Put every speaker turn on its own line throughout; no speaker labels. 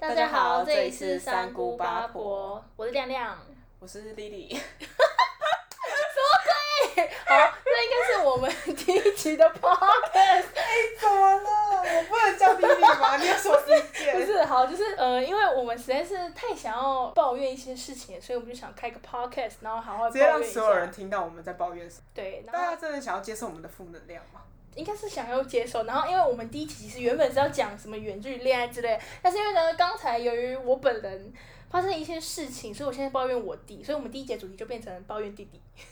大
家
家
好
好，
这
这
里
里
是
是
三
三
姑
姑
八
八
婆
婆，我是亮 亮。
我是 Lily，
好，这应该是我 们第一集 的 podcast，
怎么了？我不能叫 Lily 吗？你有什么意
不
见？
是好，就是呃，因为我们实在是太想要抱怨一些事情，所以我们就想开个 podcast，然后好好抱
直接让
怨一
所有人
下。
听到我们在抱怨什么？
对，
大
然
家
后
真的想要接受我们的负能量吗？
应该是想要接受，然后因为我们第一集其实原本是要讲什么远距离恋爱之类的，但是因为呢，刚才由于我本人发生一些事情，所以我现在抱怨我弟，所以我们第一节主题就变成抱怨弟弟。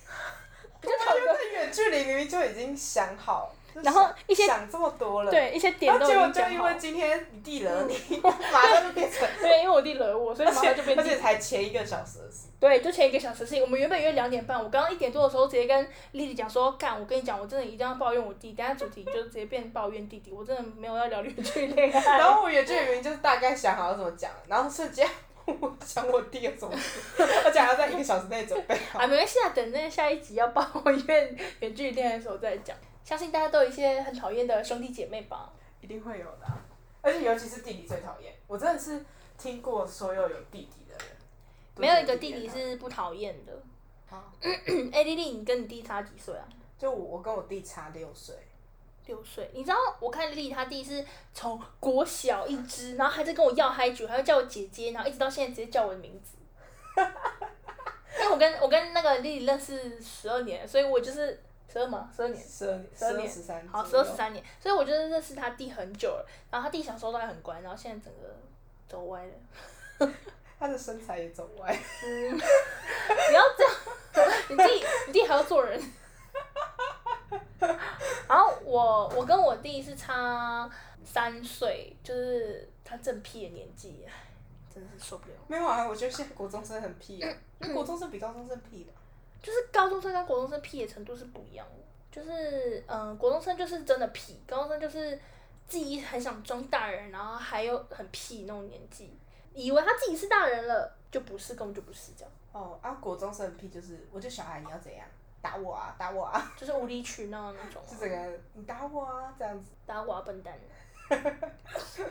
我们就是远距离明明就已经想好，就是
然后
想
一些
想这么多了，，
对，一些
然
点
后
都
结
已
果
经
就
讲
因
好嗯
为。今天你弟惹你， 马上就 变成，
对，因为我弟惹我，所以
而
马上
且
就变
而
弟弟
且才前一个小时的事，
对，就前一个小时的事情，我们原本约两点半，我刚刚一点多的时候直接跟丽丽讲说，干，我跟你讲，我真的一定要抱怨我弟，等下主题就直接变抱怨弟弟，我真的没有要聊远距恋爱。
然后我远距离明明就是大概想好要怎么讲，然后瞬间 我想我弟有什么 事，而且还要在一个小时内准备好
啊，。没关系啊，等那下一集要抱怨远距离恋爱的时候再讲。相信大家都有一些很讨厌的兄弟姐妹吧？
一定会有的啊、而且尤其是弟弟最讨厌。我真的是听过所有有弟弟的人，都
没有一
觉
个
得
弟弟
很讨
是不讨厌的。
厌。啊
嗯，哎、丽丽，你跟你弟差几岁啊？
就我，我跟我弟差六岁，
六岁，你知道我看丽丽她弟是从国小一只，然后还在跟我要嗨酒，还要叫我姐姐，然后一直到现在直接叫我的名字。因为我跟我跟那个丽丽认识十二年，所以我就是十二嘛，十二年，
十二、
十二年
十三，
好，十二十。三年，所以我就是认识他弟很久了。然后他弟小时候都还很乖，然后现在整个走歪了。
他的身材也走歪，
你要这样，你弟你弟还要做人。然后我我跟我弟是差三岁，就是他正屁的年纪，唉真的是受不了。
没有啊！我觉得现在国中生很屁、 啊，国中生比高中生屁吧。
就是高中生跟国中生屁的程度是不一样的，就是嗯、呃国中生就是真的屁，高中生就是自己很想装大人，然后还有很屁那种年纪，以为他自己是大人了，就不是，根本就不是这样，
哦，啊，国中生很屁就是，我就小孩你要怎样打我啊，打我啊，
就是无理取闹的那种啊，
就整个你打我啊这样子。
打我啊笨蛋，傻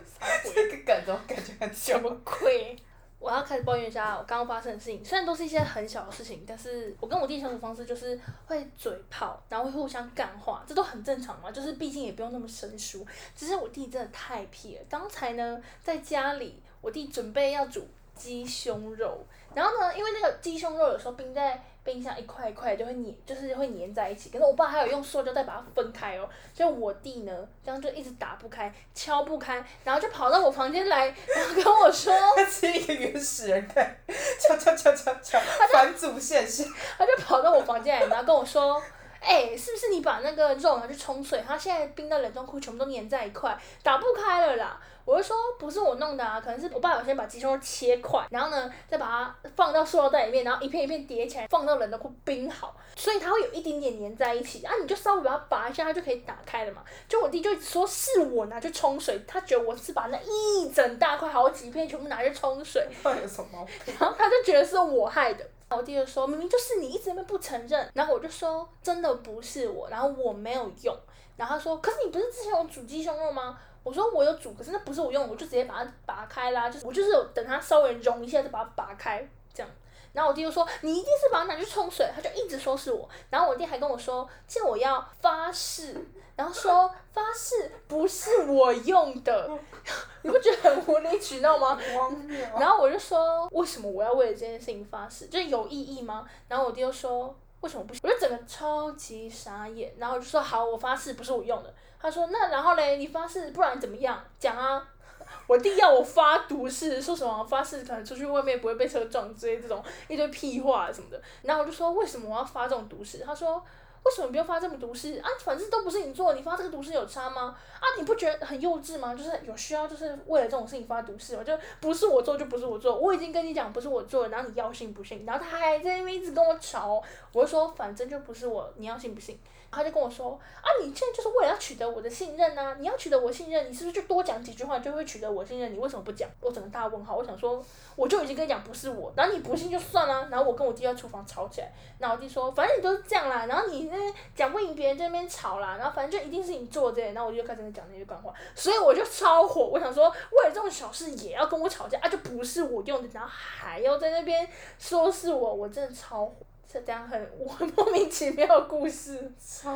这
鬼。
个梗怎么 感觉 很
什
久？
么鬼？我要开始抱怨一下我刚刚发生的事情，虽然都是一些很小的事情，但是我跟我弟相处方式就是会嘴炮，然后会互相干话，这都很正常嘛，就是毕竟也不用那么生疏。只是我弟真的太屁了，刚才呢在家里，我弟准备要煮鸡胸肉，然后呢，因为那个鸡胸肉有时候冰在冰箱一块一块就会粘，就是会粘在一起，可是我爸还有用塑胶袋把它分开哦，就我弟呢，这样就一直打不开，敲不开，然后就跑到我房间来，然后跟我说，
他是一个原始人在敲敲敲敲敲反祖现象。
他就跑到我房间来，然后跟我说。哎、是不是你把那个肉拿去冲水？它现在冰到冷冻库，全部都粘在一块，打不开了啦！我就说不是我弄的啊，可能是我爸有先把鸡胸肉切块，然后呢再把它放到塑料袋里面，然后一片一片叠起来，放到冷冻库冰好，所以它会有一点点粘在一起啊。你就稍微把它拔一下，它就可以打开了嘛。就我弟就说是我拿去冲水，他觉得我是把那一整大块好几片全部拿去冲水，
到底有什么毛病？
然后他就觉得是我害的。然后我弟就说明明就是你一直在那边不承认，然后我就说真的不是我，然后我没有用。然后他说可是你不是之前有煮鸡胸肉吗？我说我有煮，可是那不是我用的，我就直接把它拔开啦，就是我就是有等它稍微融一下就把它拔开这样。然后我弟就说你一定是把它拿去冲水，他就一直说是我。然后我弟还跟我说叫我要发誓，然后说发誓不是我用的， 你不觉得很无理取闹吗？
荒谬。哦
然后我就说，为什么我要为了这件事情发誓？就是有意义吗？然后我弟就说，为什么不行？我就整个超级傻眼。然后我就说，好，我发誓不是我用的。他说，那然后嘞，你发誓，不然怎么样？讲啊。 我弟要我发毒誓，说什么发誓可能出去外面不会被车撞之类这种一堆屁话什么的。然后我就说，为什么我要发这种毒誓？他说。为什么不用发这么毒誓啊？反正都不是你做的，你发这个毒誓有差吗？啊，你不觉得很幼稚吗？就是有需要，就是为了这种事情发毒誓吗，我就不是我做就不是我做，我已经跟你讲不是我做，然后你要信不信？然后他还在那边一直跟我吵，我就说反正就不是我，你要信不信？他就跟我说啊，你现在就是为了要取得我的信任啊，你要取得我信任，你是不是就多讲几句话就会取得我信任？你为什么不讲？我整个大问号，我想说我就已经跟你讲不是我，然后你不信就算了、然后我跟我弟在厨房吵起来，然后我弟说反正你都是这样啦，然后你那在那边讲不赢别人，在那边吵啦，然后反正就一定是你做这些，然后我就开始在那边讲那些干话，所以我就超火，我想说为了这种小事也要跟我吵架啊，就不是我用的，然后还要在那边说是我，我真的超火，是这样很我很莫名其妙的故事，
超，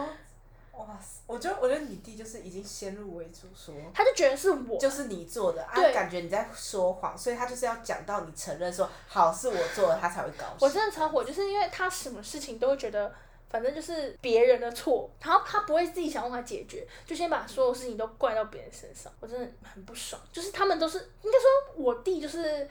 哇塞！我觉得，我觉得你弟就是已经先入为主说，
他就觉得是我，
就是你做的，啊
对，
感觉你在说谎，所以他就是要讲到你承认说好是我做的，他才会高兴。
我真的超火，就是因为他什么事情都会觉得，反正就是别人的错，然后他不会自己想办法解决，就先把所有事情都怪到别人身上，我真的很不爽。就是他们都是，应该说我弟就是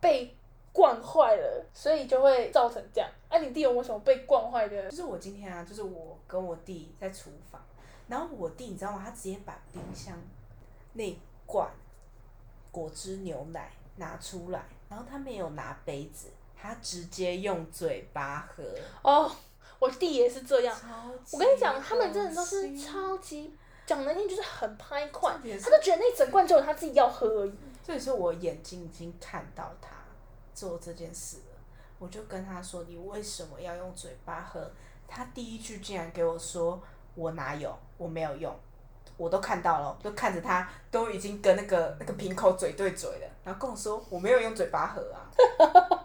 被惯坏了，所以就会造成这样。哎、你弟有没有什么被惯坏的？
就是我今天啊，就是我跟我弟在厨房，然后我弟你知道吗？他直接把冰箱那罐果汁牛奶拿出来，然后他没有拿杯子，他直接用嘴巴喝。
哦，我弟也是这样。
超级
我跟你讲，他们真的都
恶
是
心
超级讲难听，就是很拍快，
特别
他
是，
都觉得那一整罐只有他自己要喝而已。
所以说我眼睛已经看到他做这件事了，我就跟他说：“你为什么要用嘴巴喝？”他第一句竟然给我说：“我哪有，我没有用。”我都看到了，就看着他都已经跟那个那个瓶口嘴对嘴了，然后跟我说我没有用嘴巴喝啊，我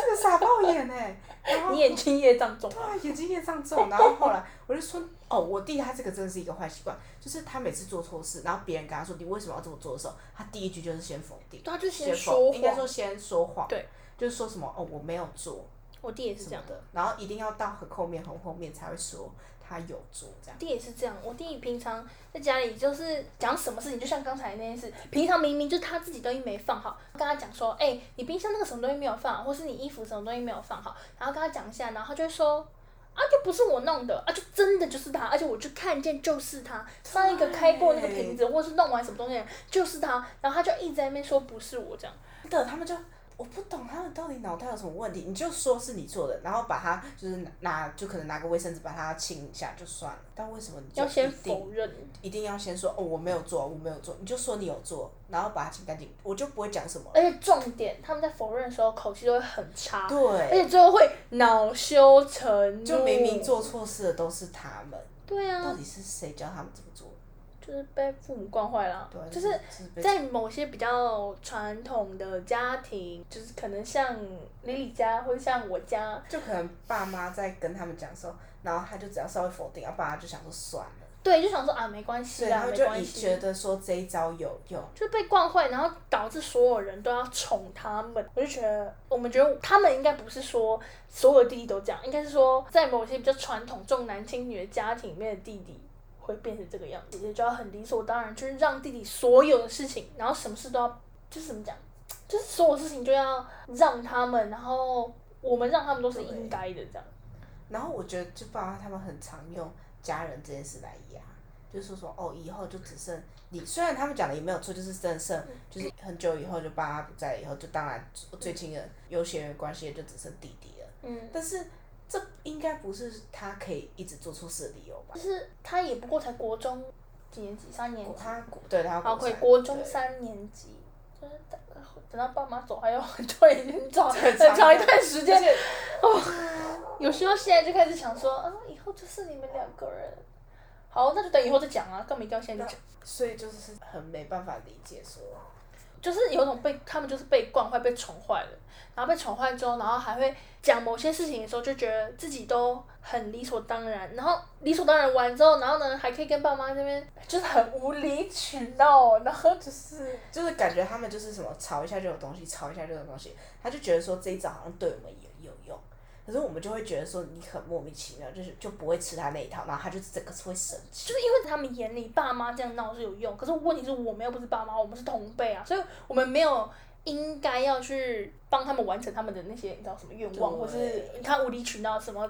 这个傻爆眼哎、然后
你眼睛也长肿
对啊，眼睛也上重。然后后来我就说，哦，我弟他这个真的是一个坏习惯，就是他每次做错事，然后别人跟他说你为什么要这么做的时候，他第一句就是先否定，
对，他就先
否
说
应该
谎。
说先说谎，
对，
就是说什么哦我没有做
我弟也是
什
这样
么。的，然后一定要到很后面很后面才会说他有做这样。
弟也是这样，我弟平常在家里就是讲什么事情，就像刚才那件事，平常明明就是他自己东西没放好，跟他讲说，哎、你冰箱那个什么东西没有放好，或是你衣服什么东西没有放好，然后跟他讲一下，然后他就会说，啊，就不是我弄的，啊，就真的就是他，而且我就看见就是他，上一个开过那个瓶子，或是弄完什么东西就是他，然后他就一直在那边说不是我这样，
真的，他们就我不懂他们到底脑袋有什么问题，你就说是你做的，然后把它就是拿就可能拿个卫生纸把它清一下就算了，但为什么你就
要先
一定
否认，
一定要先说哦，我没有做，我没有做，你就说你有做，然后把它清干净，我就不会讲什么了。
而且重点他们在否认的时候口气都会很差，而
对，
且最后会恼羞成怒，
就明明做错事的都是他们，
对啊
到，底是谁教他们这么做？
就是被父母惯坏了
对啊，，
就是是
被
在某些比较传统的家庭，就是可能像李李家或者像我家，
就可能爸妈在跟他们讲的时候，然后他就只要稍微否定，然后爸妈就想说算了，
对，就想说啊没关系
对，他
啦，
们
没
就
关
以觉
系，
得说这一招有用。
就被惯坏，然后导致所有人都要宠他们。我就觉得，我们觉得他们应该不是说所有弟弟都这样，应该是说在某些比较传统重男轻女的家庭里面的弟弟。会变成这个样子，姐姐就要很理所当然，就是让弟弟所有的事情，然后什么事都要，就是怎么讲，就是所有事情就要让他们，然后我们让他们都是应该的这样。
然后我觉得，就爸妈他们很常用家人这件事来压，就是说说哦，以后就只剩你。虽然他们讲的也没有错，就是真的剩，就是很久以后就爸妈不在了以后，就当然最亲的有血缘关系的就只剩弟弟了。
嗯，
但是这应该不是他可以一直做错事的理由吧
就？是他也不过才国中几年级，三年级，
他国对他
好，可以
三
国中
对
三年级，就是等等到爸妈走， 还有很多已经找
很
很
长
长一
的
段时间
而。且
有时候现在就开始想说，啊，以后就是你们两个人，好，那就等以后再讲啊，干嘛一定要现在就讲？
所以就是很没办法理解说，
就是有种被他们就是被惯坏、被宠坏了，然后被宠坏之后，然后还会讲某些事情的时候，就觉得自己都很理所当然，然后理所当然完之后，然后呢还可以跟爸妈那边就是很无理取闹，然后
就是就是感觉他们就是什么吵一下就有东西，吵一下就有东西，他就觉得说这一招好像对我们也有用，可是我们就会觉得说你很莫名其妙，就是就不会吃他那一套，然后他就整个是会生气
就。是因为在他们眼里爸妈这样闹是有用，可是问题是我们又不是爸妈，我们是同辈啊，所以我们没有应该要去帮他们完成他们的那些你知道什么愿望，
对
或是你看无理取闹什么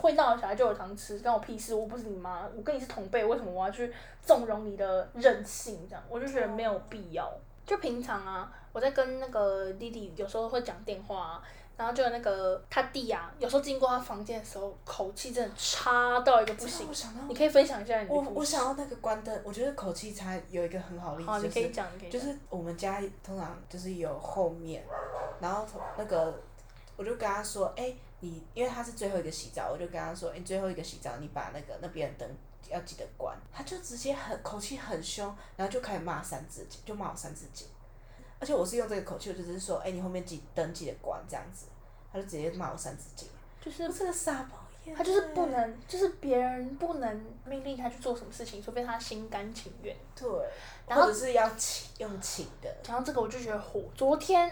会闹的小孩就有糖吃，关我屁事，我不是你妈，我跟你是同辈，为什么我要去纵容你的任性？这样我就觉得没有必要。就平常啊，我在跟那个弟弟有时候会讲电话、啊。然后就有那个他弟啊，有时候经过他房间的时候，口气真的差到一个不行
真的。我想到
你可以分享一下你的
我
故
我
事
想要那个关灯，我觉得口气差有一个很好的例
好，
子
你
就
可以
是
讲，你可以
就
讲。
是我们家通常就是有后面，然后那个我就跟他说，哎、你因为他是最后一个洗澡，我就跟他说，你、最后一个洗澡，你把那个那边的灯要记得关。他就直接很口气很凶，然后就开始骂三字经，就骂我三字经。而且我是用这个口气，我就只是说，哎、你后面记灯记得关这样子，他就直接骂我三字经。
就是
我这个傻包眼，
他就是不能，就是别人不能命令他去做什么事情，除非他心甘情愿。
对，
然后
或者是要请用请的，
讲到这个，我就觉得火。昨天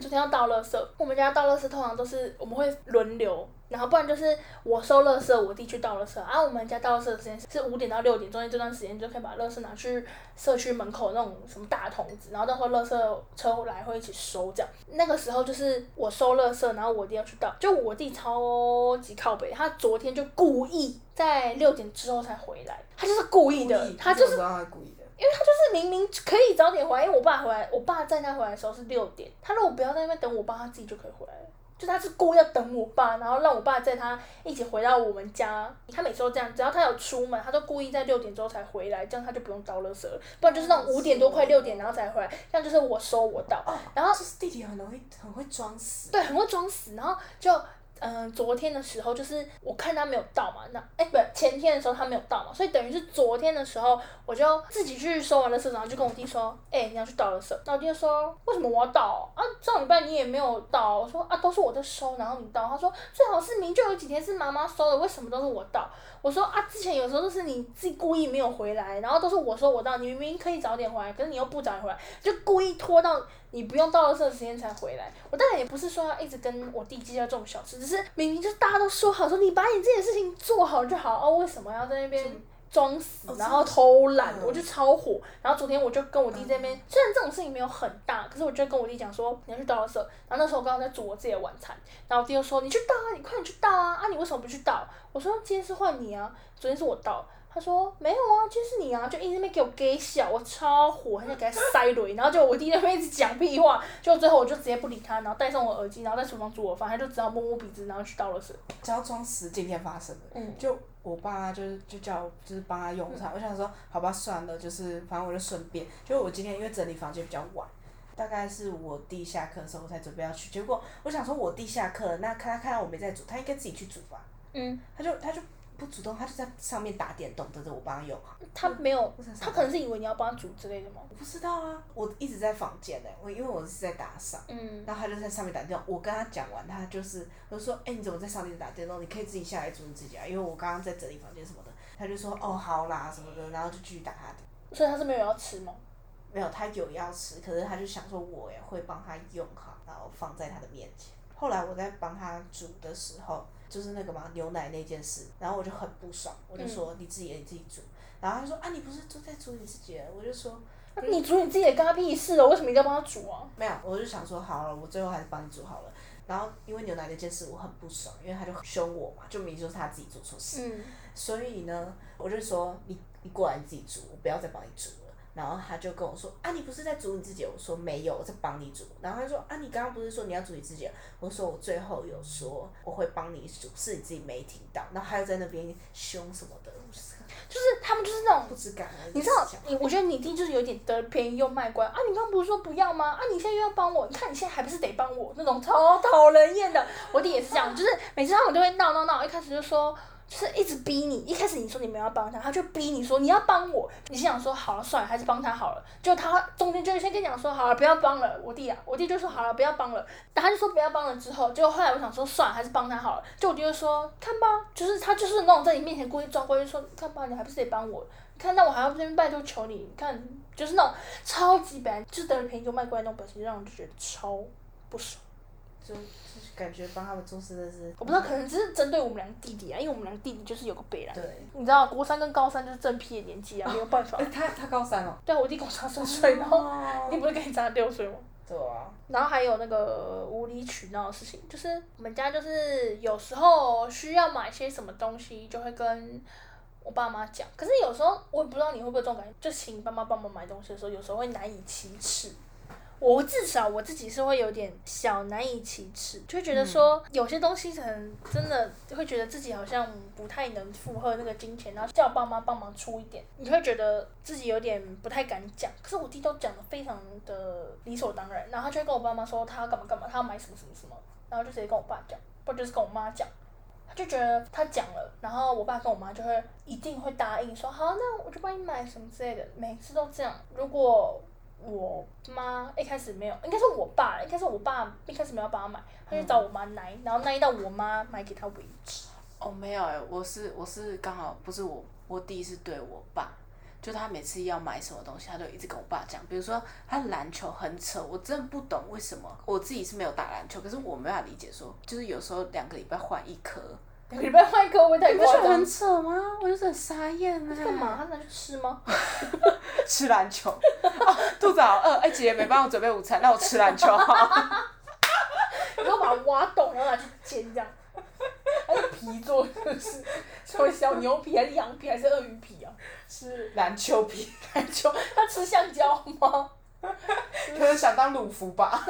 昨天要倒垃圾，我们家倒垃圾通常都是我们会轮流，然后不然就是我收垃圾，我弟去倒垃圾。啊，我们家倒垃圾的时间是五点到六点，中间这段时间就可以把垃圾拿去社区门口那种什么大桶子，然后到时候垃圾车来会一起收这样。那个时候就是我收垃圾，然后我弟要去倒，就我弟超级靠北，他昨天就故意在六点之后才回来，他就是故意的，他就是。
是他故意的。
因为他就是明明可以早点回来，因为我爸回来，我爸在他回来的时候是六点，他如果不要在那边等我爸，他自己就可以回来了。就他是故意要等我爸，然后让我爸载他一起回到我们家。他每次都这样，只要他有出门，他都故意在六点之后才回来，这样他就不用倒垃圾了。不然就是那种五点多快六点然后才回来，这样就是我收我倒。
哦，
然后
就是弟弟很容易很会装死，
对，很会装死。然后就嗯、呃昨天的时候就是我看他没有到嘛，那哎不，前天的时候他没有到嘛，所以等于是昨天的时候我就自己去收完了圾，然后就跟我弟说，哎、你要去倒垃圾。那我弟就说，为什么我要倒啊？上礼拜你也没有倒。我说啊，都是我在收，然后你倒。他说最好是明就有几天是妈妈收的，为什么都是我倒？我说啊，之前有时候都是你自己故意没有回来，然后都是我说我到，你明明可以早点回来，可是你又不早点回来，就故意拖到你不用到了这个时间才回来。我当然也不是说要一直跟我弟计较这种小事，只是明明就大家都说好，说你把你自己的事情做好就好，哦，为什么要在那边？装死
哦，
然后偷懒，
嗯
我就超火。然后昨天我就跟我弟这边，虽然这种事情没有很大，可是我就跟我弟讲说你要去倒垃圾。然后那时候我刚好在煮我自己的晚餐，然后我弟就说你去倒啊，你快点去倒啊，啊你为什么不去倒？我说今天是换你啊，昨天是我倒。他说没有啊，今天是你啊，就一直在那边给我 gay 笑，我超火，很想给他塞雷。然后就我弟在那边一直讲屁话，就最后我就直接不理他，然后戴上我耳机，然后在厨房煮我饭，他就只好摸摸鼻子，然后去倒垃圾。
只要装死，今天发生的。
嗯，
就我爸就是就叫我就是帮他用上，我想说好吧算了，就是反正我就顺便，就我今天因为整理房间比较晚，大概是我弟下课的时候我才准备要去，结果我想说我弟下课了，那看他看到我没在煮，他应该自己去煮吧，
嗯，
他就他就不主动，他就在上面打电动，等着我帮他用。
他没有
我想，说
他可能是以为你要帮他煮之类的吗？
我不知道啊，我一直在房间呢、我因为我是在打扫。
嗯，
然后他就在上面打电话，我跟他讲完，他就是我就说，哎、你怎么在上面打电动？你可以自己下来煮你自己啊，因为我刚刚在整理房间什么的。他就说，哦，好啦什么的，然后就继续打他的。
所以他是没有要吃吗？
没有，他有要吃，可是他就想说我也会帮他用好，然后放在他的面前。后来我在帮他煮的时候，就是那个嘛牛奶那件事，然后我就很不爽，我就说、你自己也你自己煮。然后他说啊，你不是就在煮你自己的？我就说
啊你煮你自己的干他屁事哦，为什么一定要帮他煮啊？
没有，我就想说好了，我最后还是帮你煮好了。然后因为牛奶那件事我很不爽，因为他就凶我嘛，就明明就是他自己做错事，
嗯，
所以呢，我就说你你过来你自己煮，我不要再帮你煮了。然后他就跟我说啊，你不是在煮你自己？我说没有，我在帮你煮。然后他说啊，你刚刚不是说你要煮你自己？我说我最后有说我会帮你煮，是你自己没听到。然后他又在那边凶什么的，我就是
就是他们就是那种
不知感恩。
你知道
就是这样，
你我觉得你弟就是有点得便宜又卖乖啊！你刚不是说不要吗？啊，你现在又要帮我，你看你现在还不是得帮我？那种超讨人厌的。我弟也是这样，就是每次他们都会闹闹闹，一开始就说。就是一直逼你，一开始你说你没有要帮他，他就逼你说你要帮我，你心想说好了算了，还是帮他好了。就他中间就先跟你讲说好了不要帮了，我弟啊，我弟就说好了不要帮了，然后他就说不要帮了之后，结果后来我想说算了，还是帮他好了。就我弟就说看吧，就是他就是那种在你面前故意装乖，就说看吧，你还不是得帮我，看到我还要这边拜托求你，你看就是那种超级白，就是等着便宜就卖乖那种表情，让我就觉得超不爽。
就就是感觉帮他们做事真的是
我不知道，可能只是针对我们两个弟弟啊，因为我们两个弟弟就是有个北兰，
对。
你知道，国三跟高三就是正屁的年纪啊，没有办法
哎、。他他高三哦，
对啊，我弟跟我差三岁，然后
哦
你不是跟你差六岁吗？
对啊，
然后还有那个无理取闹的事情，就是我们家就是有时候需要买些什么东西，就会跟我爸妈讲。可是有时候我也不知道你会不会有这种感觉，就请爸妈帮忙买东西的时候，有时候会难以启齿。我至少我自己是会有点小难以启齿，就会觉得说、有些东西可能真的会觉得自己好像不太能负荷那个金钱，然后叫爸妈帮忙出一点，你会觉得自己有点不太敢讲。可是我弟都讲的非常的理所当然，然后他就会跟我爸妈说他要干嘛干嘛，他要买什么什么什么，然后就直接跟我爸讲。不然就是跟我妈讲。他就觉得他讲了，然后我爸跟我妈就会一定会答应说好，那我就帮你买什么之类的，每次都这样。如果我妈一开始没有，应该是我爸，应该是我爸一开始没有帮他买，他就找我妈奶，然后那一到我妈买给他为止。
哦，没有哎、我是我是刚好不是我，我弟是对我爸，就他每次要买什么东西，他都一直跟我爸讲。比如说他篮球很扯，我真的不懂为什么我自己是没有打篮球，可是我没办法理解说，就是有时候两个礼拜换一颗，
两个礼拜换一颗，我也太
你不觉
夸
得
张
很
了。
扯吗？我就是很傻眼啊！
干嘛？？他拿去吃吗？
吃篮球。哦，肚子好饿，哎、姐姐没帮我准备午餐，那我吃篮球 好。
然后把它挖洞，然后拿去煎 这样。还是皮做是不是？所以小牛皮还是羊皮还是鳄鱼皮啊？
是篮球皮，
篮球，他吃橡胶吗？
可能想当鲁夫吧。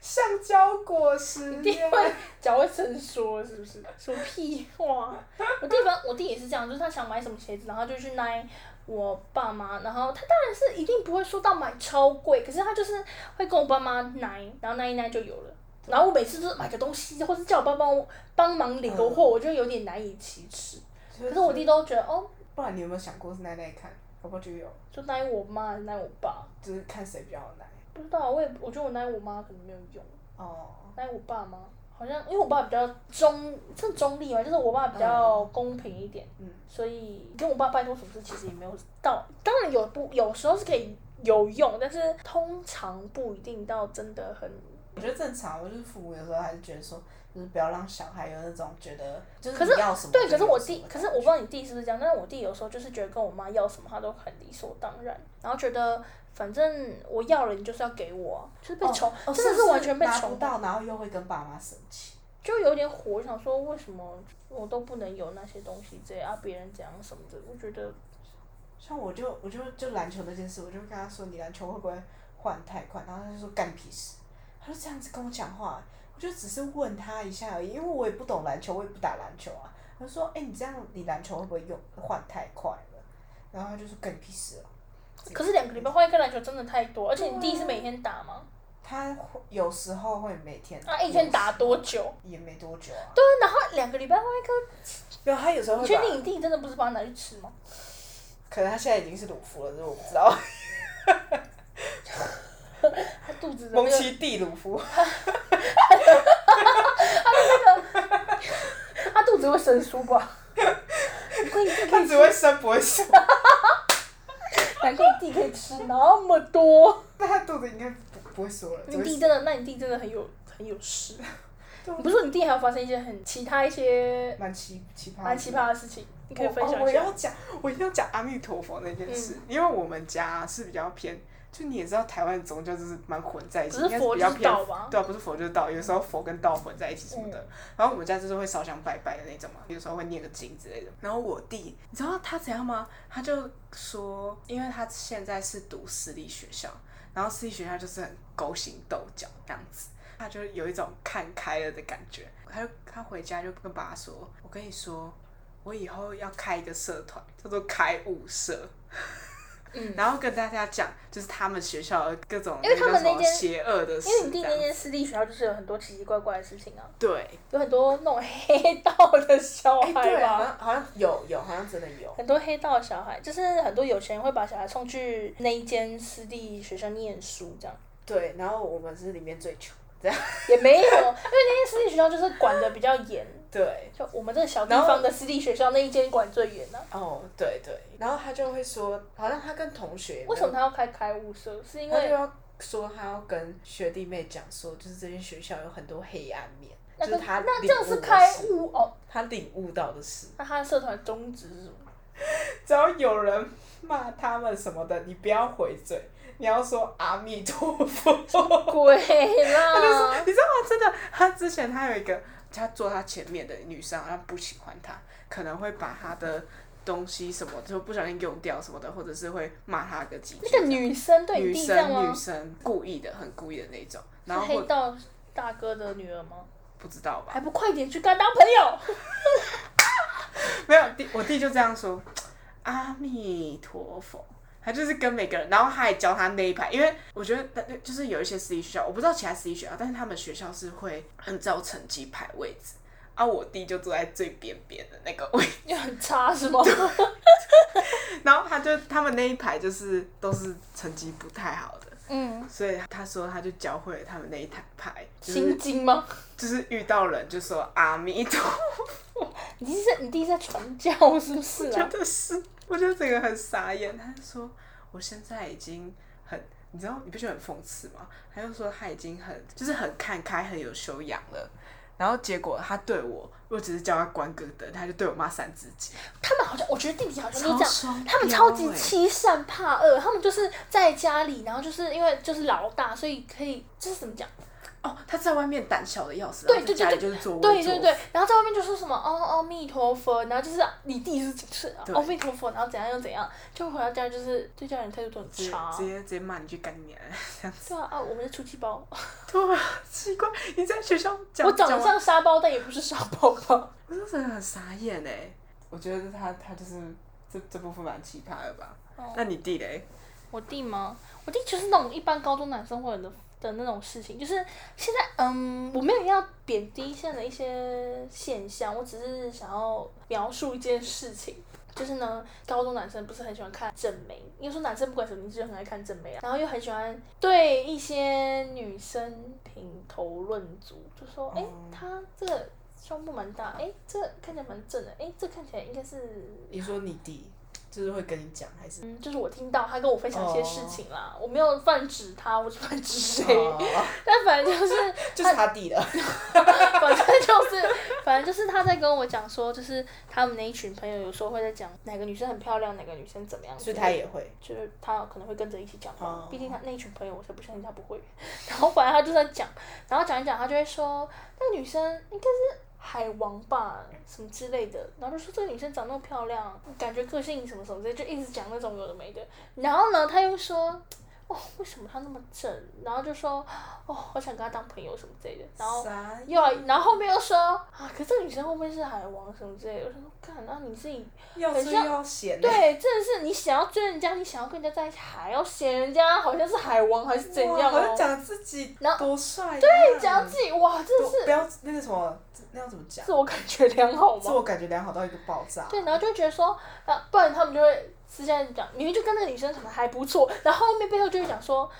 橡胶果 实
弟
耶，
会脚会伸缩，是不是？什么屁话！我弟反我弟也是这样，就是他想买什么鞋子，然后就去奈我爸妈，然后他当然是一定不会说到买超贵，可是他就是会跟我爸妈奈，然后奈一奈就有了。然后我每次就是买个东西，或是叫我爸帮我帮忙领个货，我就有点难以启齿。可是我弟都觉得哦，
不然你有没有想过是奶奶看？宝宝就有，
就奈我妈，奈我爸，
就是看谁比较好奶。
不知道，我也我觉得我奈我妈可能没有用。
哦，
那我爸吗？好像因为我爸比较中，算中立嘛，就是我爸比较公平一点，
嗯
所以跟我爸拜托什么事其实也没有到，当然有不有时候是可以有用，但是通常不一定到真的很。
我觉得正常，我就是父母有时候还是觉得说，就是不要让小孩有那种觉得就是
可
你要什么
对，
就
可是
有
我
什
弟
么，的
可是我不
感
知
觉
道你弟是不是这样，但是我弟有时候就是觉得跟我妈要什么，他都很理所当然，然后觉得反正我要了，你就是要给我啊、就是被宠，
哦
真的
不
完全被
拿
宠
不到，然后又会跟爸妈生气。
就有点火，我想说为什么我都不能有那些东西这样，啊别人怎样什么的，我觉得
像我就我就就篮球那件事，我就跟他说你篮球会不会换太快，然后他就说干你屁事，他就这样子跟我讲话，我就只是问他一下而已，因为我也不懂篮球，我也不打篮球啊。他就说，哎、你这样你篮球会不会用换太快了？然后他就说干你屁事哦了。
可是两个礼拜换一个篮球真的太
啊
多，而且你弟是每天打吗？
他会有时候会每天，
啊，一天打多久？
也没多久啊。
对啊，然后两个礼拜换一颗，
没有，他有时候
你
会
确
把，
定你弟真的不是把它拿去吃吗？
可能他现在已经是鲁夫了，这我不知道。
他肚子的
蒙
那个，
奇 D 鲁夫，
他肚子会生疏吧？ 难怪你弟可
他
以
只
吃，
会生不会熟，
难怪你弟可以吃那么多。
但他肚子应该不不会缩了。只
你
会
弟
缩
真的，那你弟真的很有很有事。
对啊
你不是说你弟还有发生一些很其他一些
蛮奇奇葩的，
蛮奇葩的事情，你可以
我
分
哦
享
我
一下。嗯
要讲，我一定要讲阿弥陀佛那件事，因为我们家是比较偏，就你也知道，台湾宗教就是蛮混在一起，
只
应
是
该
佛
比
就
较
是
偏
道吧？
对啊，不是佛就是道，有时候佛跟道混在一起什么
嗯
的。然后我们家就是会烧香拜拜的那种嘛，有时候会念个经之类的。然后我弟，你知道他怎样吗？他就说，因为他现在是读私立学校，然后私立学校就是很勾心斗角这样子，他就有一种看开了的感觉。他就他回家就跟爸爸说：“我跟你说，我以后要开一个社团，叫做开悟社。”
嗯
然后跟大家讲，就是他们学校的各种
因为他们
叫什
那
么
间
邪恶的事
因为你弟
这样
那间私立学校就是有很多奇奇怪怪的事情啊。
对，哎
有很多那种黑道的小孩
对，啊好
吧，
像好像有有，好像真的有。
很多黑道的小孩，就是很多有钱人会把小孩送去那一间私立学校念书，这样
对，然后我们是里面最穷，这样。
也没有，因为那间私立学校就是管的比较严，
对，
就我们这个小地
然后
方的私立学校那一间管最严啊。
哦，对对，然后他就会说，好像他跟同学
为什么他要开开物社？是因
他就
为
要说他要跟学弟妹讲说，就是这间学校有很多黑暗面，
那
就
个
是他
那这
领
样
悟
是
的
开
事
物哦，
他领悟到的事。
那他的社团宗旨是什么？
只要有人骂他们什么的，你不要回嘴，你要说阿弥陀佛。
鬼
他就说，
啦！
你知道吗？真的，他之前他有一个，他坐他前面的女生，好像不喜欢他，可能会把他的东西什么就不小心用掉什么的，或者是会骂他个几句
那
这
个
样。
女生对你
女
弟这样
生女
吗？
生故意的，很故意的那种，
是
然后
黑
或
道大哥的女儿吗？
不知道吧？
还不快点去跟他当朋友？
没有弟，我弟就这样说，阿弥陀佛。他
他就是跟每个人，然后他还教他那一排，因为我觉得他就是有一些私立学校，我不知道其他私立学校，但是他们学校是会按照成绩排位置，啊，我弟就坐在最边边的那个位置，
你很差是 吗？
然后他就他们那一排就是都是成绩不太好的，
嗯，
所以他说他就教会了他们那一排排，就是
心经吗？
就是遇到人就说阿弥陀佛。
你弟是你弟是在传教是不是
真
啊？
的是，我就整个很傻眼。他就说我现在已经很，你知道，你不觉得很讽刺吗？他就说他已经很，就是很看开，很有修养了。然后结果他对我，我只是叫他关个灯，他就对我骂三字经，
他们好像，我觉得弟弟好像都这
超
样
双，
他们超级
标欸
欺善怕恶，他们就是在家里，然后就是因为就是老大，所以可以就是怎么讲？
哦，他在外面胆小的要死，
对
然后在
对
家里
对
就是做威
对
作
对
福
对，然后在外面就说什么哦阿弥陀佛，然后就是你弟是就是哦
对
阿弥陀佛，然后怎样又怎样，就回到家就是对家人态度都很
直接
差。
直接直接骂你去干你娘，这样子。
对啊啊，我们是出气包，
对啊，奇怪，你在学校讲
我长
讲
得
完
像沙包，但也不是沙包吧？
我就真的很傻眼哎。我觉得他他就是这这部分蛮奇葩的吧？
哦
那你弟嘞？
我弟吗？我弟就是那种一般高中男生会有的的那种事情，就是现在嗯，我没有要贬低现在的一些现象，我只是想要描述一件事情。就是呢，高中男生不是很喜欢看正妹，因为说男生不管什么年纪就很爱看正妹啊，然后又很喜欢对一些女生评头论足，就说哎、诶她这个胸部蛮大，哎、这个看起来蛮正的，哎、这看起来应该是
你说你弟就是会跟你讲，还是
嗯，就是我听到他跟我分享一些事情啦我没有泛指他，我是泛指谁
哦
但反正就是，
就是他弟了？
反正就是，反正就是他在跟我讲说，就是他们那一群朋友有时候会在讲哪个女生很漂亮，哪个女生怎么样，
所以他也会。
就是他可能会跟着一起讲吧
哦，
毕竟他那一群朋友，我才不相信他不会。 然后反正他就在讲，然后讲一讲，他就会说那个女生应该是海王吧，什么之类的，然后就说这个女生长那么漂亮，感觉个性什么什么之类，就一直讲那种有的没的。然后呢，他又说。哦，为什么她那么正？然后就说，哦，好想跟她当朋友什么之类的。然后
傻眼
又来，然后后面又说，啊，可是这个女生会不会是海王什么之类的？我就说，干，那、你自己
要
很
追
像
要嫌欸，
对，真的是你想要追人家，你想要跟人家在一起，还要嫌人家好像是海王还是怎
哇
样
好像
哦？
讲自己
然后
多帅，对
啊
讲自己哇，真的
不
是
要那个什么，那要怎么讲
自？我感觉良好
自
吗？
我感觉良好到一个爆炸。
对，然后就会觉得说，啊，不然他们就会私下讲，明明就跟那个女生可能还不错，然后后面背后就会讲说。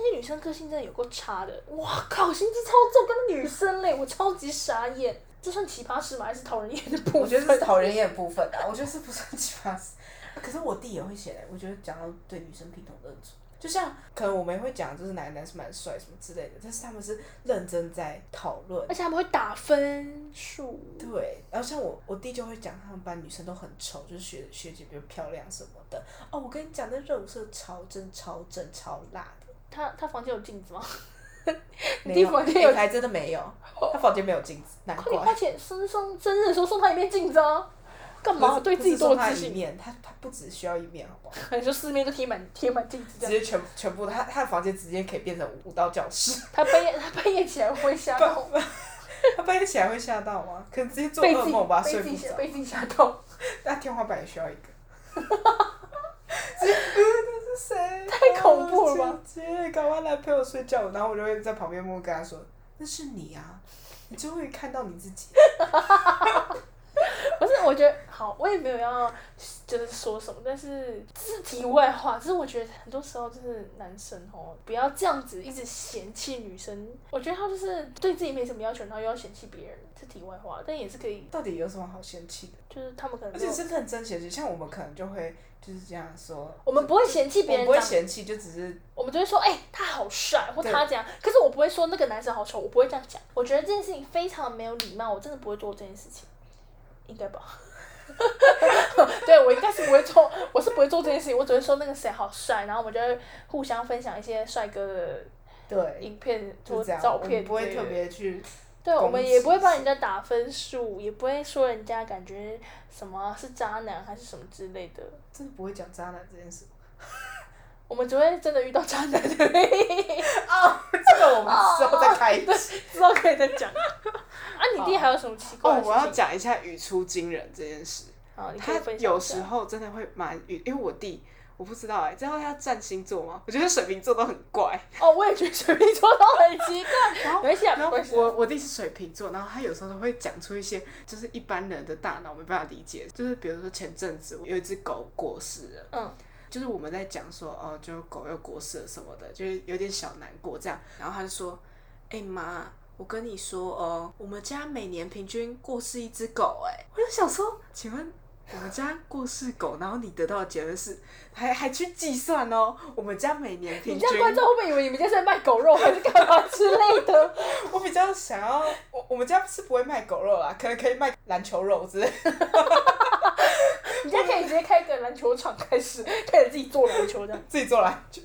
那些女生个性真的有够差的，哇靠！心机超重，跟那女生 嘞，我超级傻眼。这算奇葩事吗？还是讨人厌的部分？
我觉得这是讨人厌的部分 啊，我觉得是不算奇葩事。啊可是我弟也会写嘞，我觉得讲到对女生评头论足，就像可能我们也会讲，就是哪个男生蛮帅什么之类的，但是他们是认真在讨论
而。且他们会打分数。
对，然后像我，我弟就会讲他们班女生都很丑，就是学学姐比较漂亮什么的。哦，我跟你讲，那热舞社超正、超正、超辣的。
他他房间有镜子吗？ 你
没
弟
有，
房间有哦
哎还真的没有，他房间没有镜子，难
快点
怪
花。钱生送生日的时候送他一面镜子啊！干
不
嘛
是
对
不
自己
是
多有
送他
自
一
信？
面，他他不只需要一面，好不好？
可能就四面都贴满贴满镜子这
直
样。
接全全部，他他的房间直接可以变成舞蹈教室。
他半夜他半夜起来会吓到，
他半夜起来会吓到吗？可能直接做
被
噩
自己
梦吧，睡
被自
不
己吓
着。
被自己吓到，
那天花板也需要一个。 直接，嗯，那是谁？
太恐怖了吧！
姐姐，赶快来陪我睡觉。然后我就会在旁边默默跟他说：“那是你啊，你终于看到你自己。
不是，我觉得好，我也没有要就是说什么，但是这是题外话。只是我觉得很多时候就是男生哦，不要这样子一直嫌弃女生。我觉得他就是对自己没什么要求，然后又要嫌弃别人，是题外话，但也是可以”，
到底有什么好嫌弃的？
就是他们可能
而
没有
且是认真嫌弃，像我们可能就会就是这样说。
我们不会嫌弃
我
别人
们不会
长
嫌弃，就只是
我们就会说，哎、他好帅，或
对
他这样。可是我不会说那个男生好丑，我不会这样讲。我觉得这件事情非常没有礼貌，我真的不会做这件事情，应该吧？ 对，我应该是不会做，我是不会做这件事情，我只会说那个谁好帅，然后我们就会互相分享一些帅哥的
对，
影片
就
或
这样。
照
我
片
们不
之
会
类
特
的
别去
对，我们
攻
也
击
不会帮人家打分数，也不会说人家感觉什么是渣男还是什么之类的。
真的不会讲渣男这件事。
我们只会真的遇到渣男的，
这个我们之后
哦
再开一
哦
集。
之后可以再讲。 啊，你弟
好
还有什么奇怪
哦
的，事
我
情？哦
要讲一下语出惊人这件事。
好，你可以
他
分享一
有
下
时候真的会蛮语，因为我弟，
我不知道哎、这要要占星座吗？我觉得水瓶座都很 怪。
哦，我也觉得水瓶座都很奇怪。没关系啊，没
然后
关系啊。
我我弟是水瓶座，然后他有时候都会讲出一些就是一般人的大脑没办法理解，就是比如说前阵子有一只狗过世了，
嗯，
就是我们在讲说哦，就狗又过世了什么的，就是有点小难过这样，然后他就说，哎、妈。我跟你说哦，我们家每年平均过世一只狗、哎，我就想说，请问我们家过世狗，然后你得到的结论是，还还去计算哦，我们家每年平
你
均
这样观众会不会以为你们家是在卖狗肉还是干嘛之类的？
我比较想要，我我们家是不会卖狗肉啦，可能可以卖篮球肉之类的。
你家可以直接开一个篮球场开始，开始自己做篮球这样。
自己做篮球。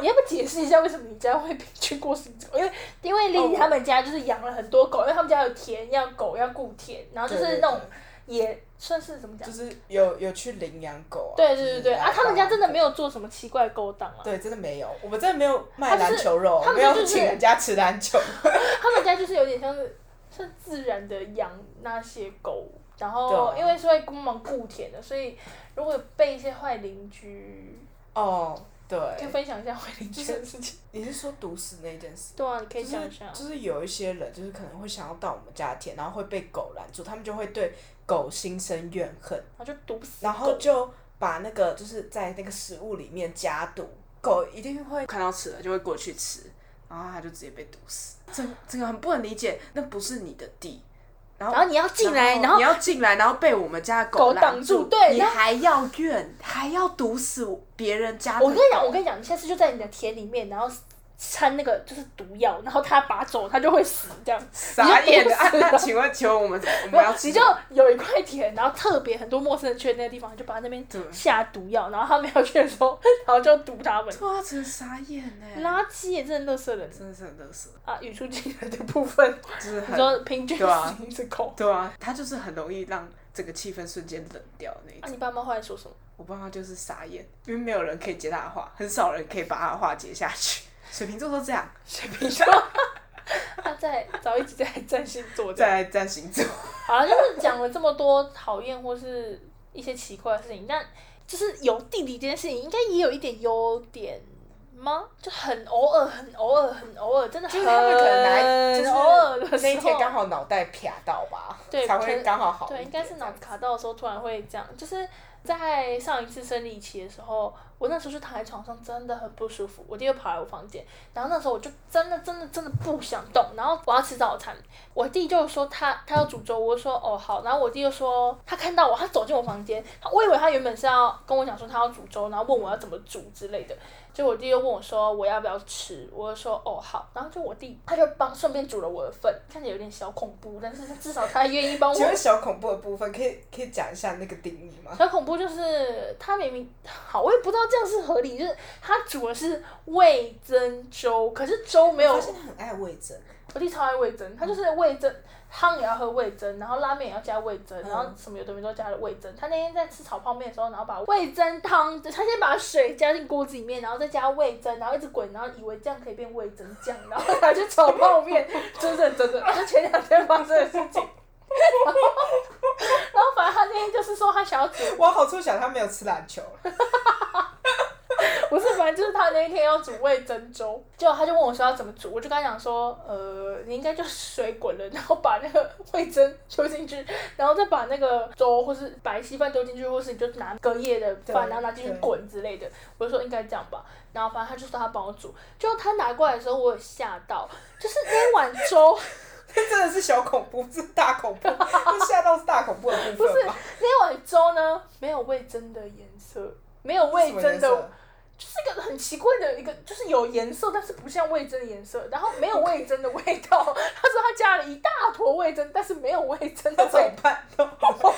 你要不要解释一下为什么你家会平均过十只狗？因为因为
哦
丽
我
丽他们家就是养了很多狗，因为他们家有田，要狗要顾田，然后就是那种也算是怎么讲
就？是有有去领养狗啊。
对对对对啊！他们家真的没
有。
有做什么奇怪的勾当啊，
对，真的没有，我们真的没有
他
卖
就是
篮球肉，
他们
没
家
有
就是
请人家吃篮球。
他们家就是有点像是像自然的养那些狗，然后
对啊
因为是会帮忙顾田的，所以如果被一些坏邻居，
哦，对，
可以分享一下坏邻居的事情。
你是说毒死那件事？
对啊，你可以
就是
讲一下。
就是有一些人，就是可能会想要到我们家的田，然后会被狗拦住，他们就会对狗心生怨恨，
然后就毒死
然后
狗，
就把那个就是在那个食物里面加毒，狗一定会。
看到吃了就会过去吃，然后他就直接被毒死。这这个很不能理解，那不是你的地，然后
然后你要进来，然后
你要进来，然后被我们家的
狗
拦
挡住对
你
然后
还要怨，还要毒死别人家的狗。
我跟你讲，我跟你讲，你下次就在你的田里面，然后掺那个就是毒药，然后它拔走，它就会死这样。
傻眼 的、啊！
你就毒死了
那 请问，请问我们我
没
们
有
要，吃
你
什
就
么？
有一块田，然后特别很多陌生人去的那个地方，你就把那边
对
下毒药，然后他们要去的时候， 然后就毒他们。
对啊，真的傻眼呢、
垃圾也真的垃圾人
真的是很乐色，
啊！语出惊人的部分，
就是
你
很
说平均
对啊
死一只狗
对啊，他就是很容易让整个气氛瞬间冷掉的那一种
嗯
啊？。你爸妈后来说什么？
我爸妈就是傻眼，因为没有人可以接他的话，很少人可以把他的话接下 去。水瓶座都这样，
水瓶座。 他在早一集在占星座这样
在占星座，
好了，就是讲了这么多讨厌或是一些奇怪的事情，但就是有弟弟这件事情，应该也有一点优点吗？就很偶尔，很偶尔，很偶尔，真的很
就是他们可能来，就是
偶尔的时候，
那一 天刚好脑袋啪到吧，
对
才
可
会
能
刚好好一点。
对，应该是脑子卡到的时候突然会这样，就是在上一次生理期的时候，我那时候就躺在床上，真的很不舒服。我弟就跑来我房间，然后那时候我就真的真的真的不想动，然后我要吃早餐，我弟就说他他要煮粥，我就说哦好，然后我弟就说他看到我，他走进我房间，他我以为他原本是要跟我讲说他要煮粥，然后问我要怎么煮之类的，结果我弟又问我说我要不要吃，我就说哦好，然后就我弟他就帮顺便煮了我的份，看起来有点小恐怖，但是至少他愿意帮我
请问小恐怖的部分，可以可以讲一下那个定义吗？
小恐怖就是他明 明好，我也不知道这样是合理，就是他煮的是味增粥，可是粥没有
我，现在嗯很爱味增，
我弟超爱味增，他就是味增汤也要喝味增，然后拉面也要加味增，然
嗯
后什么有的没都加了味增。他那天在吃炒泡面的时候，然后把味增汤，他先把水加进锅子里面，然后再加味增，然后一直滚，然后以为这样可以变味增酱，然后拿去炒泡面，真的真的，就前两天发生的事情。 然后，然后反正他那天就是说他想要煮
往好处想，他没有吃篮球。
不是，反正就是他那一天要煮味增粥，结果他就问我说要怎么煮，我就跟他讲说，呃，你应该就是水滚了，然后把那个味增丢进去，然后再把那个粥或是白稀饭丢进去，或是你就拿隔夜的饭，
对
然后拿进去
对
滚之类的。我就说应该这样吧，然后反正他就说他帮我煮，就他拿过来的时候，我有吓到，就是那碗粥。
真的是小恐怖，是大恐怖，这吓到是大恐怖的部分吧？
那碗粥呢，没有味增的颜色，没有味
什么颜
增的
色，
就是一个很奇怪的一个，就是有颜色，但是不像味增的颜色，然后没有味增的味道。 他说他加了一大坨味增，但是没有味增的
那
味
怎么
道。
办？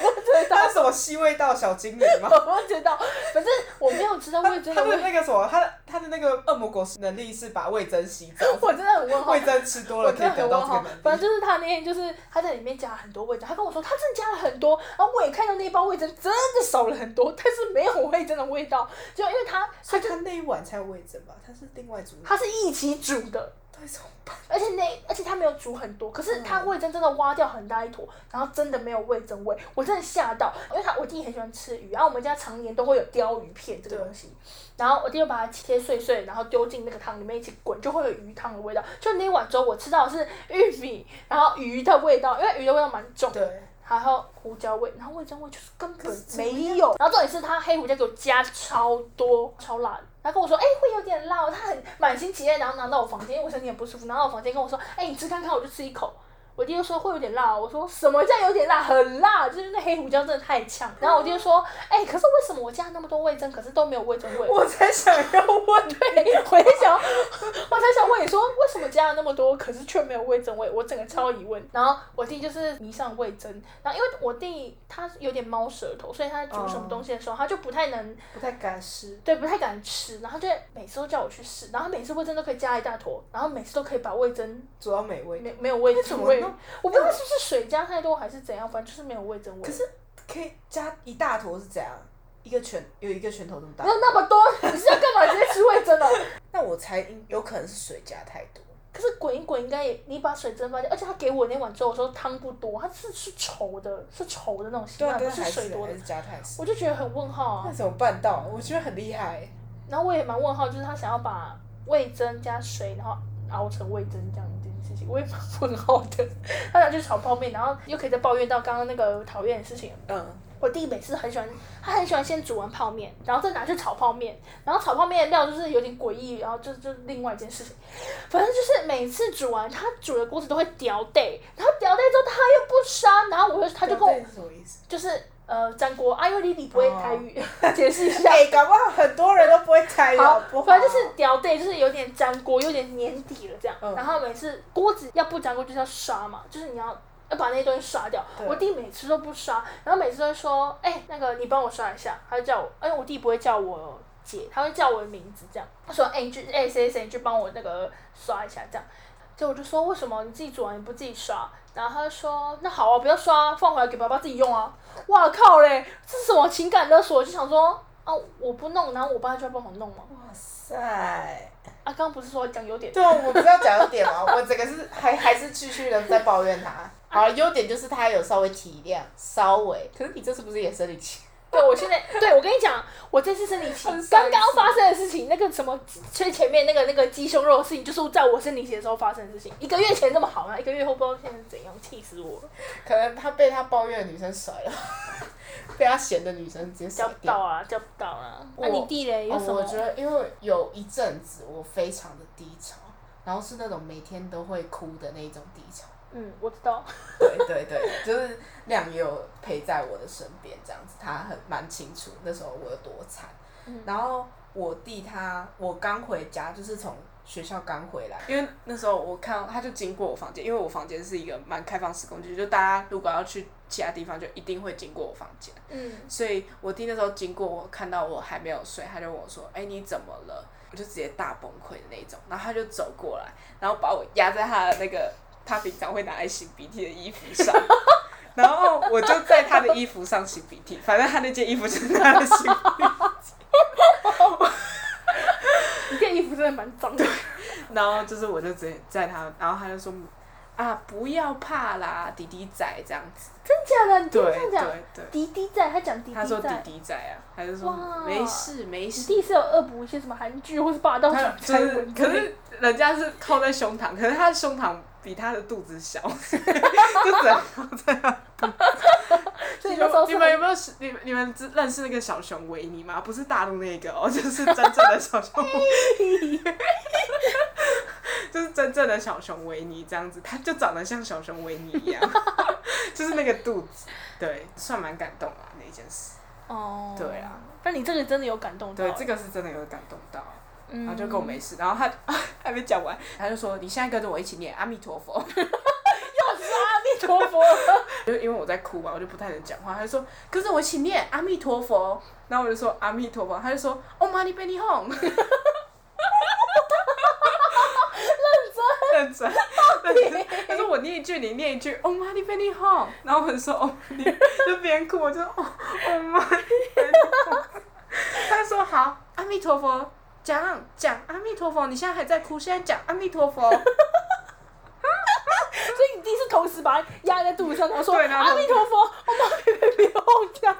他是什么西味道小精灵吗？
我不知道，反正我没有吃到
他
味增
他
的味
的那个什么，他的他的那个恶魔果实能力是把味增吸 走，
我真的很问号
味。增吃多
我
了
真
可
的
以
很
得
问
到
号
这个，
反
能
正就
力。
是他那天就是他在里面加了很多味增，他跟我说他真的加了很多，然后我也看到那一包味增真的少了很多，但是没有味增的味道，就因为他
所以他那一碗才有味增吧？他是另外煮的。
它是一起煮的，
到底怎么办？
而且那而且它没有煮很多，可是它味噌真的挖掉很大一坨，然后真的没有味噌味，我真的吓到，因为他我弟很喜欢吃鱼，然后我们家常年都会有鲷鱼片这个东西，然后我弟就把它切碎碎，然后丢进那个汤里面一起滚，就会有鱼汤的味道。就那碗粥我吃到的是玉米，然后鱼的味道，因为鱼的味道蛮重的。
对，
还有胡椒味，然后味噌味就是根
可
本
是怎么
没有。然后重点是他黑胡椒给我加超多，超辣的。他跟我说，哎、会有点辣哦。他很满心期待，然后拿到我房间，因为我身体很不舒服，拿到我房间跟我说，哎、你吃看看，我就吃一口。我弟就说会有点辣哦，我说什么叫有点辣，很辣，就是那黑胡椒真的太呛。然后我弟就说，哎、可是为什么我加那么多味噌，可是都没有味噌味？
我才想要问，
对，我在想，我在想问你说，为什么加了那么多，可是却没有味增味？我整个超疑问。然后我弟就是迷上味增，然后因为我弟他有点猫舌头，所以他煮什么东西的时候，他就不太能，
不太敢吃。
对，不太敢吃，然后就每次都叫我去试，然后每次味增都可以加一大坨，然后每次都可以把味增
主要美味，
没没有味
怎
增
么
味
弄，
我不知道是不是水加太多还是怎样，反正就是没有味增味。
可是可以加一大坨是怎样？一个拳有一个拳头这么大
没有？那么多，你是要干嘛？直接吃味增哦。
那我猜应有可能是水加太多。
可是滚一滚应该也，你把水蒸发掉，而且他给我那碗粥的时候汤不多，它是是稠的，是稠的那种稀
对
饭，
啊，
不
但
是
还
水
是
多
还
的
是。加太少。
我就觉得很问号
那
啊，
怎么办到？我觉得很厉害。
然后我也蛮问号，就是他想要把味增加水，然后熬成味增这样一件事情，我也蛮问号的。 他想去炒泡面，然后又可以再抱怨到刚刚那个讨厌的事情，
嗯，
我弟每次很喜欢，他很喜欢先煮完泡面，然后再拿去炒泡面，然后炒泡面的料就是有点诡异，然后就就另外一件事情，反正就是每次煮完，他煮的锅子都会掉đầy，然后掉đầy之后他又不删，然后我就他就跟我
嗯对是什么意思？
就是呃粘锅，啊，因为你你不会
哦
台 语，解释一下。
哎、搞不好很多人都不会猜的，
好
好不，好
反正就是掉đầy，就是有点粘锅，有点粘底了这样。
嗯
然后每次锅子要不粘锅就是要刷嘛，就是你要要把那些东西刷掉。
对
我弟每次都不刷，然后每次都会说：“哎、那个你帮我刷一下。”他就叫我，哎因为我弟不会叫我姐，他会叫我的名字这样。他说：“哎、你去哎谁谁谁你去帮我那个刷一下这样。”就我就说为什么你自己煮完你不自己刷？然后他就说那好啊，不要刷、啊，放回来给爸爸自己用啊。哇靠嘞，这是什么情感勒索？我就想说啊，我不弄，然后我爸就要帮我弄嘛。
哇塞！
啊，刚刚不是说讲优点？
对啊，我不是要讲优点吗？ 我整个是还还是继续的在抱怨他。好，优点就是他有稍微体谅，稍微。可是你这是不是也生理期？
对，我现在对我跟你讲，我这次生理期
很生气
刚刚发生的事情，那个什么最前面那个那个鸡胸肉的事情，就是在我生理期的时候发生的事情。一个月前这么好，然后一个月后不知道现在是怎样，气死我了！
可能他被他抱怨的女生甩了， 被他嫌的女生直接甩
叫不
掉
到。啊，叫不到啊。那、
我
你弟嘞有
哦
什么？
我觉得，因为有一阵子我非常的低潮，然后是那种每天都会哭的那一种低潮。
嗯，我知道。
对对对，就是亮也有陪在我的身边，这样子，他很蛮清楚那时候我有多惨。
嗯
然后我弟他，我刚回家，就是从学校刚回来，
因为那时候我看到他就经过我房间，因为我房间是一个蛮开放式空间，就大家如果要去其他地方，就一定会经过我房间。
嗯，
所以我弟那时候经过我，看到我还没有睡，他就问我说：“哎、你怎么了？”我就直接大崩溃的那种，然后他就走过来，然后把我压在他的那个他平常会拿来擤鼻涕的衣服 上，然后我就在他的衣服上擤鼻涕，反正他那件衣服就是他的擤鼻涕
你这衣服真的蛮脏的。
然后就是我就直接在他，然后他就说啊不要怕啦，弟弟仔这样子，
真的假的？你弟
对
这样讲，
对对，
迪迪在，他讲迪
他说
迪
弟
在。
弟仔啊，他就说
哇
没事没
你
事，
弟是有恶补一些什么韩剧或是霸道
他
总
就
裁
是
文之
可
类的
是人家是靠在胸膛，可是他的胸膛比他的肚子小， 就只能靠在他。
所以那时候
你
是
们有
很
没有你们你们知认识那个小熊维尼吗？不是大陆那个哦， 就是真正的小熊 维尼，就是真正的小熊维尼这样子，他就长得像小熊维尼一样， 就是那个肚子，对，算蛮感动啊那一件事。
哦，
对啊，
但你这个真的有感动到
对
欸，，
这个是真的有感动到，
嗯
然后就跟我 没事，然后他 还没讲完，他就说你现在跟着我一起念阿弥陀佛。
阿弥陀佛，
就因为我在哭嘛，我就不太能讲话。他就说：“跟着我一起念阿弥陀佛。”然后我就说：“阿弥陀佛。”他就说：“Oh my baby home。”认真，认真。他说我念一句，你念一句，Oh my baby home。然后我就说，Oh my，就哦边哭我就哦，Oh my baby home。他就说好，阿弥陀佛，
讲讲阿弥陀佛，你现在还在哭，现在讲阿弥陀佛。
所以你弟是同时把它压在肚子上，然后说
对然后
阿弥陀佛，我妈别别别轰这样。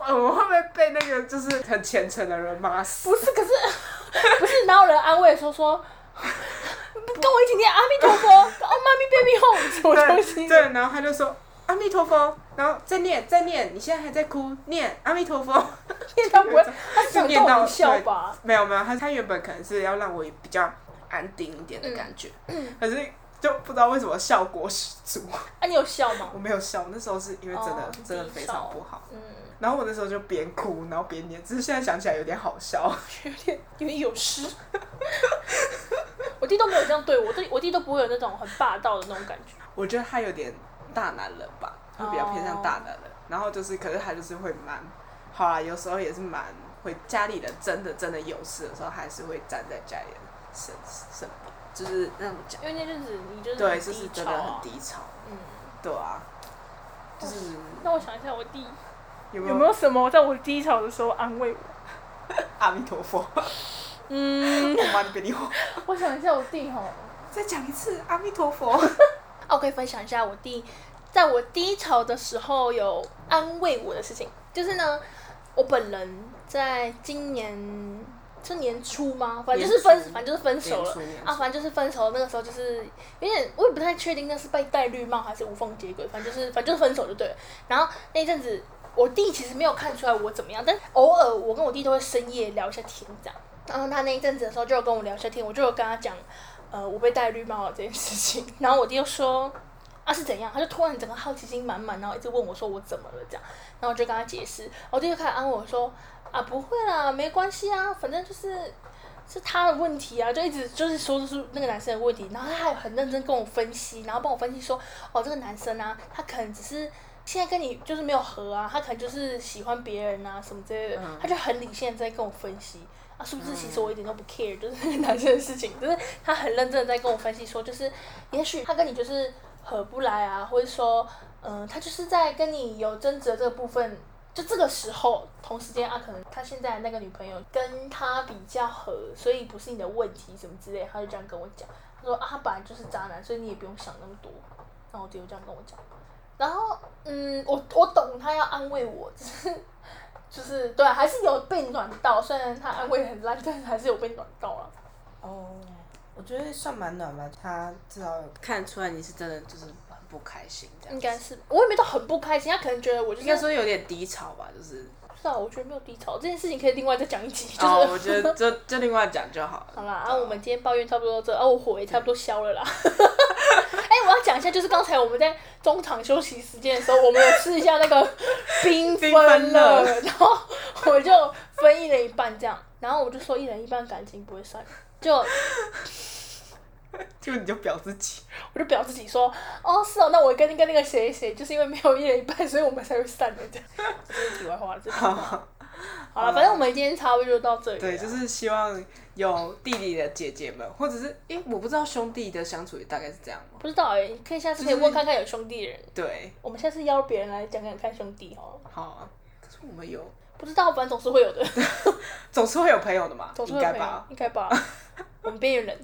呃 我会不会被那个就是很虔诚的人骂死？
不是，可是不是哪有人安慰说说，跟我一起念阿弥陀佛，哦，妈咪 baby home 什么东
对
西？
对，然后他就说阿弥陀佛，然后再念再念，你现在还在哭，念阿弥陀佛。
念到不会，他只
就念
有逗
到
你笑吧？
没有没有，他他原本可能是要让我比较安定一点的感觉，可是就不知道为什么效果十足。
啊，你有笑吗
我？没有笑，那时候是因为真的、
哦
真的
低
非
潮
常不好。
嗯，
然后我那时候就边哭，然后边念，只是现在想起来有点好笑。
有点有点有失。我弟都没有这样对我，我弟我弟都不会有那种很霸道的那种感觉。
我觉得他有点大男人吧，会比较偏向
哦
大男人。然后就是，可是他就是会蛮，好啦，有时候也是蛮会家里人真的真的有事的时候，他还是会站在家里人身身边，就是那种讲，
因为那阵子你就是
对，
很
就是
低
真
潮
的
啊
很。低潮，
嗯，
对啊，就是
那我想一下，我弟
有没
有
有
没有什么在我低潮的时候安慰我？
阿弥陀佛，
嗯，
我妈你别理我，
我想一下，我弟吼。
再讲一次阿弥陀 佛。
哦我可以分享一下我弟在我低潮的时候有安慰我的事情，就是呢，我本人在今年是年初吗？反正就是分
年，初
反正就是分手了
年初年初
啊，反正就是分手。那个时候就是有点，我也不太确定那是被戴绿帽还是无缝接轨，反正就是反正就是分手就对了。然后那一阵子，我弟其实没有看出来我怎么样，但偶尔我跟我弟都会深夜聊一下天这样。然后他那一阵子的时候就有跟我聊一下天，我就有跟他讲，呃，我被戴绿帽了这件事情。然后我弟就说。啊是怎样？他就突然整个好奇心满满，然后一直问我说我怎么了这样，然后我就跟他解释，然后我弟就开始安慰我说啊不会啦，没关系啊，反正就是是他的问题啊，就一直就是说出那个男生的问题，然后他还很认真跟我分析，然后帮我分析说，哦，这个男生啊，他可能只是现在跟你就是没有合啊，他可能就是喜欢别人啊什么之类的，他就很理性的在跟我分析。啊，是不是其实我一点都不 care，就是那个男生的事情，就是他很认真的在跟我分析说，就是也许他跟你就是合不来啊，或者说，嗯、他就是在跟你有争执的这个部分就这个时候，同时间啊，可能他现在的那个女朋友跟他比较合，所以不是你的问题什么之类，他就这样跟我讲，他说啊，他本来就是渣男，所以你也不用想那么多。然后我弟就这样跟我讲，然后嗯，我我懂他要安慰我，只是就是对啊、还是有被暖到，虽然他安慰得很烂，但是还是有被暖到了。
哦，我觉得算蛮暖吧，他至少
看出来你是真的就是很不开心这样子，
应该是我也没到很不开心，他可能觉得我就
应
是
该说有点低潮吧， 就是
不知道，我觉得没有低潮这件事情可以另外再讲一集，就是、
哦，我觉得就就另外讲就好了。
好啦，啊，我们今天抱怨差不多到这，啊，我火也差不多消了啦。 哎、我要讲一下，就是刚才我们在中场休息时间的时候，我们有吃一下那个缤纷
缤纷
乐，
乐
然后我就分一人一半这样，然后我就说一人一半感情不会散，就我
就你就表自己，
就表自己说，哦，是哦，那我跟跟那个谁谁，就是因为没有一人一半，所以我们才会散的这样。这是题外话，这是题 外话。好了，反正我们今天差不多就到这里了。
啊
对，就是希望有弟弟的姐姐们，或者是诶、我不知道兄弟的相处大概是这样吗？
不知道哎、你可以下次可以
就是
问看看有兄弟的人，
对，
我们下次邀别人来讲讲看兄弟好了。
好啊。可是我们有，
不知道，反正总是会 有的，
总是会有朋友的嘛，
总是
应
会有
该
朋友
吧，？
应该吧。 我们边缘人，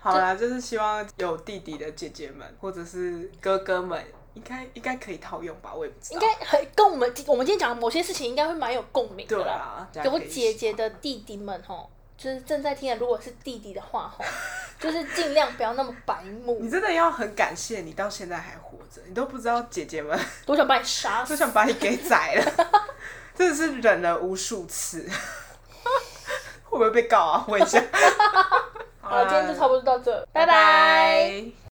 好啦，就是希望有弟弟的姐姐们，或者是哥哥们，应该应该可以套用吧，我也不知
应
道。
该很跟我们我们今天讲的某些事情，应该会蛮有共鸣的
对
啦。
啊，大家
给我
可以
姐姐的弟弟们吼，就是正在听的，如果是弟弟的话 吼，就是尽量不要那么白目
你。真的要很感谢你到现在还活着，你都不知道姐姐们
多想把你杀
都
死，
想把你给宰 了，真的是忍了无数次， 会不会被告啊？问一下。
好了，今天就差不多到这，拜
拜
拜。
拜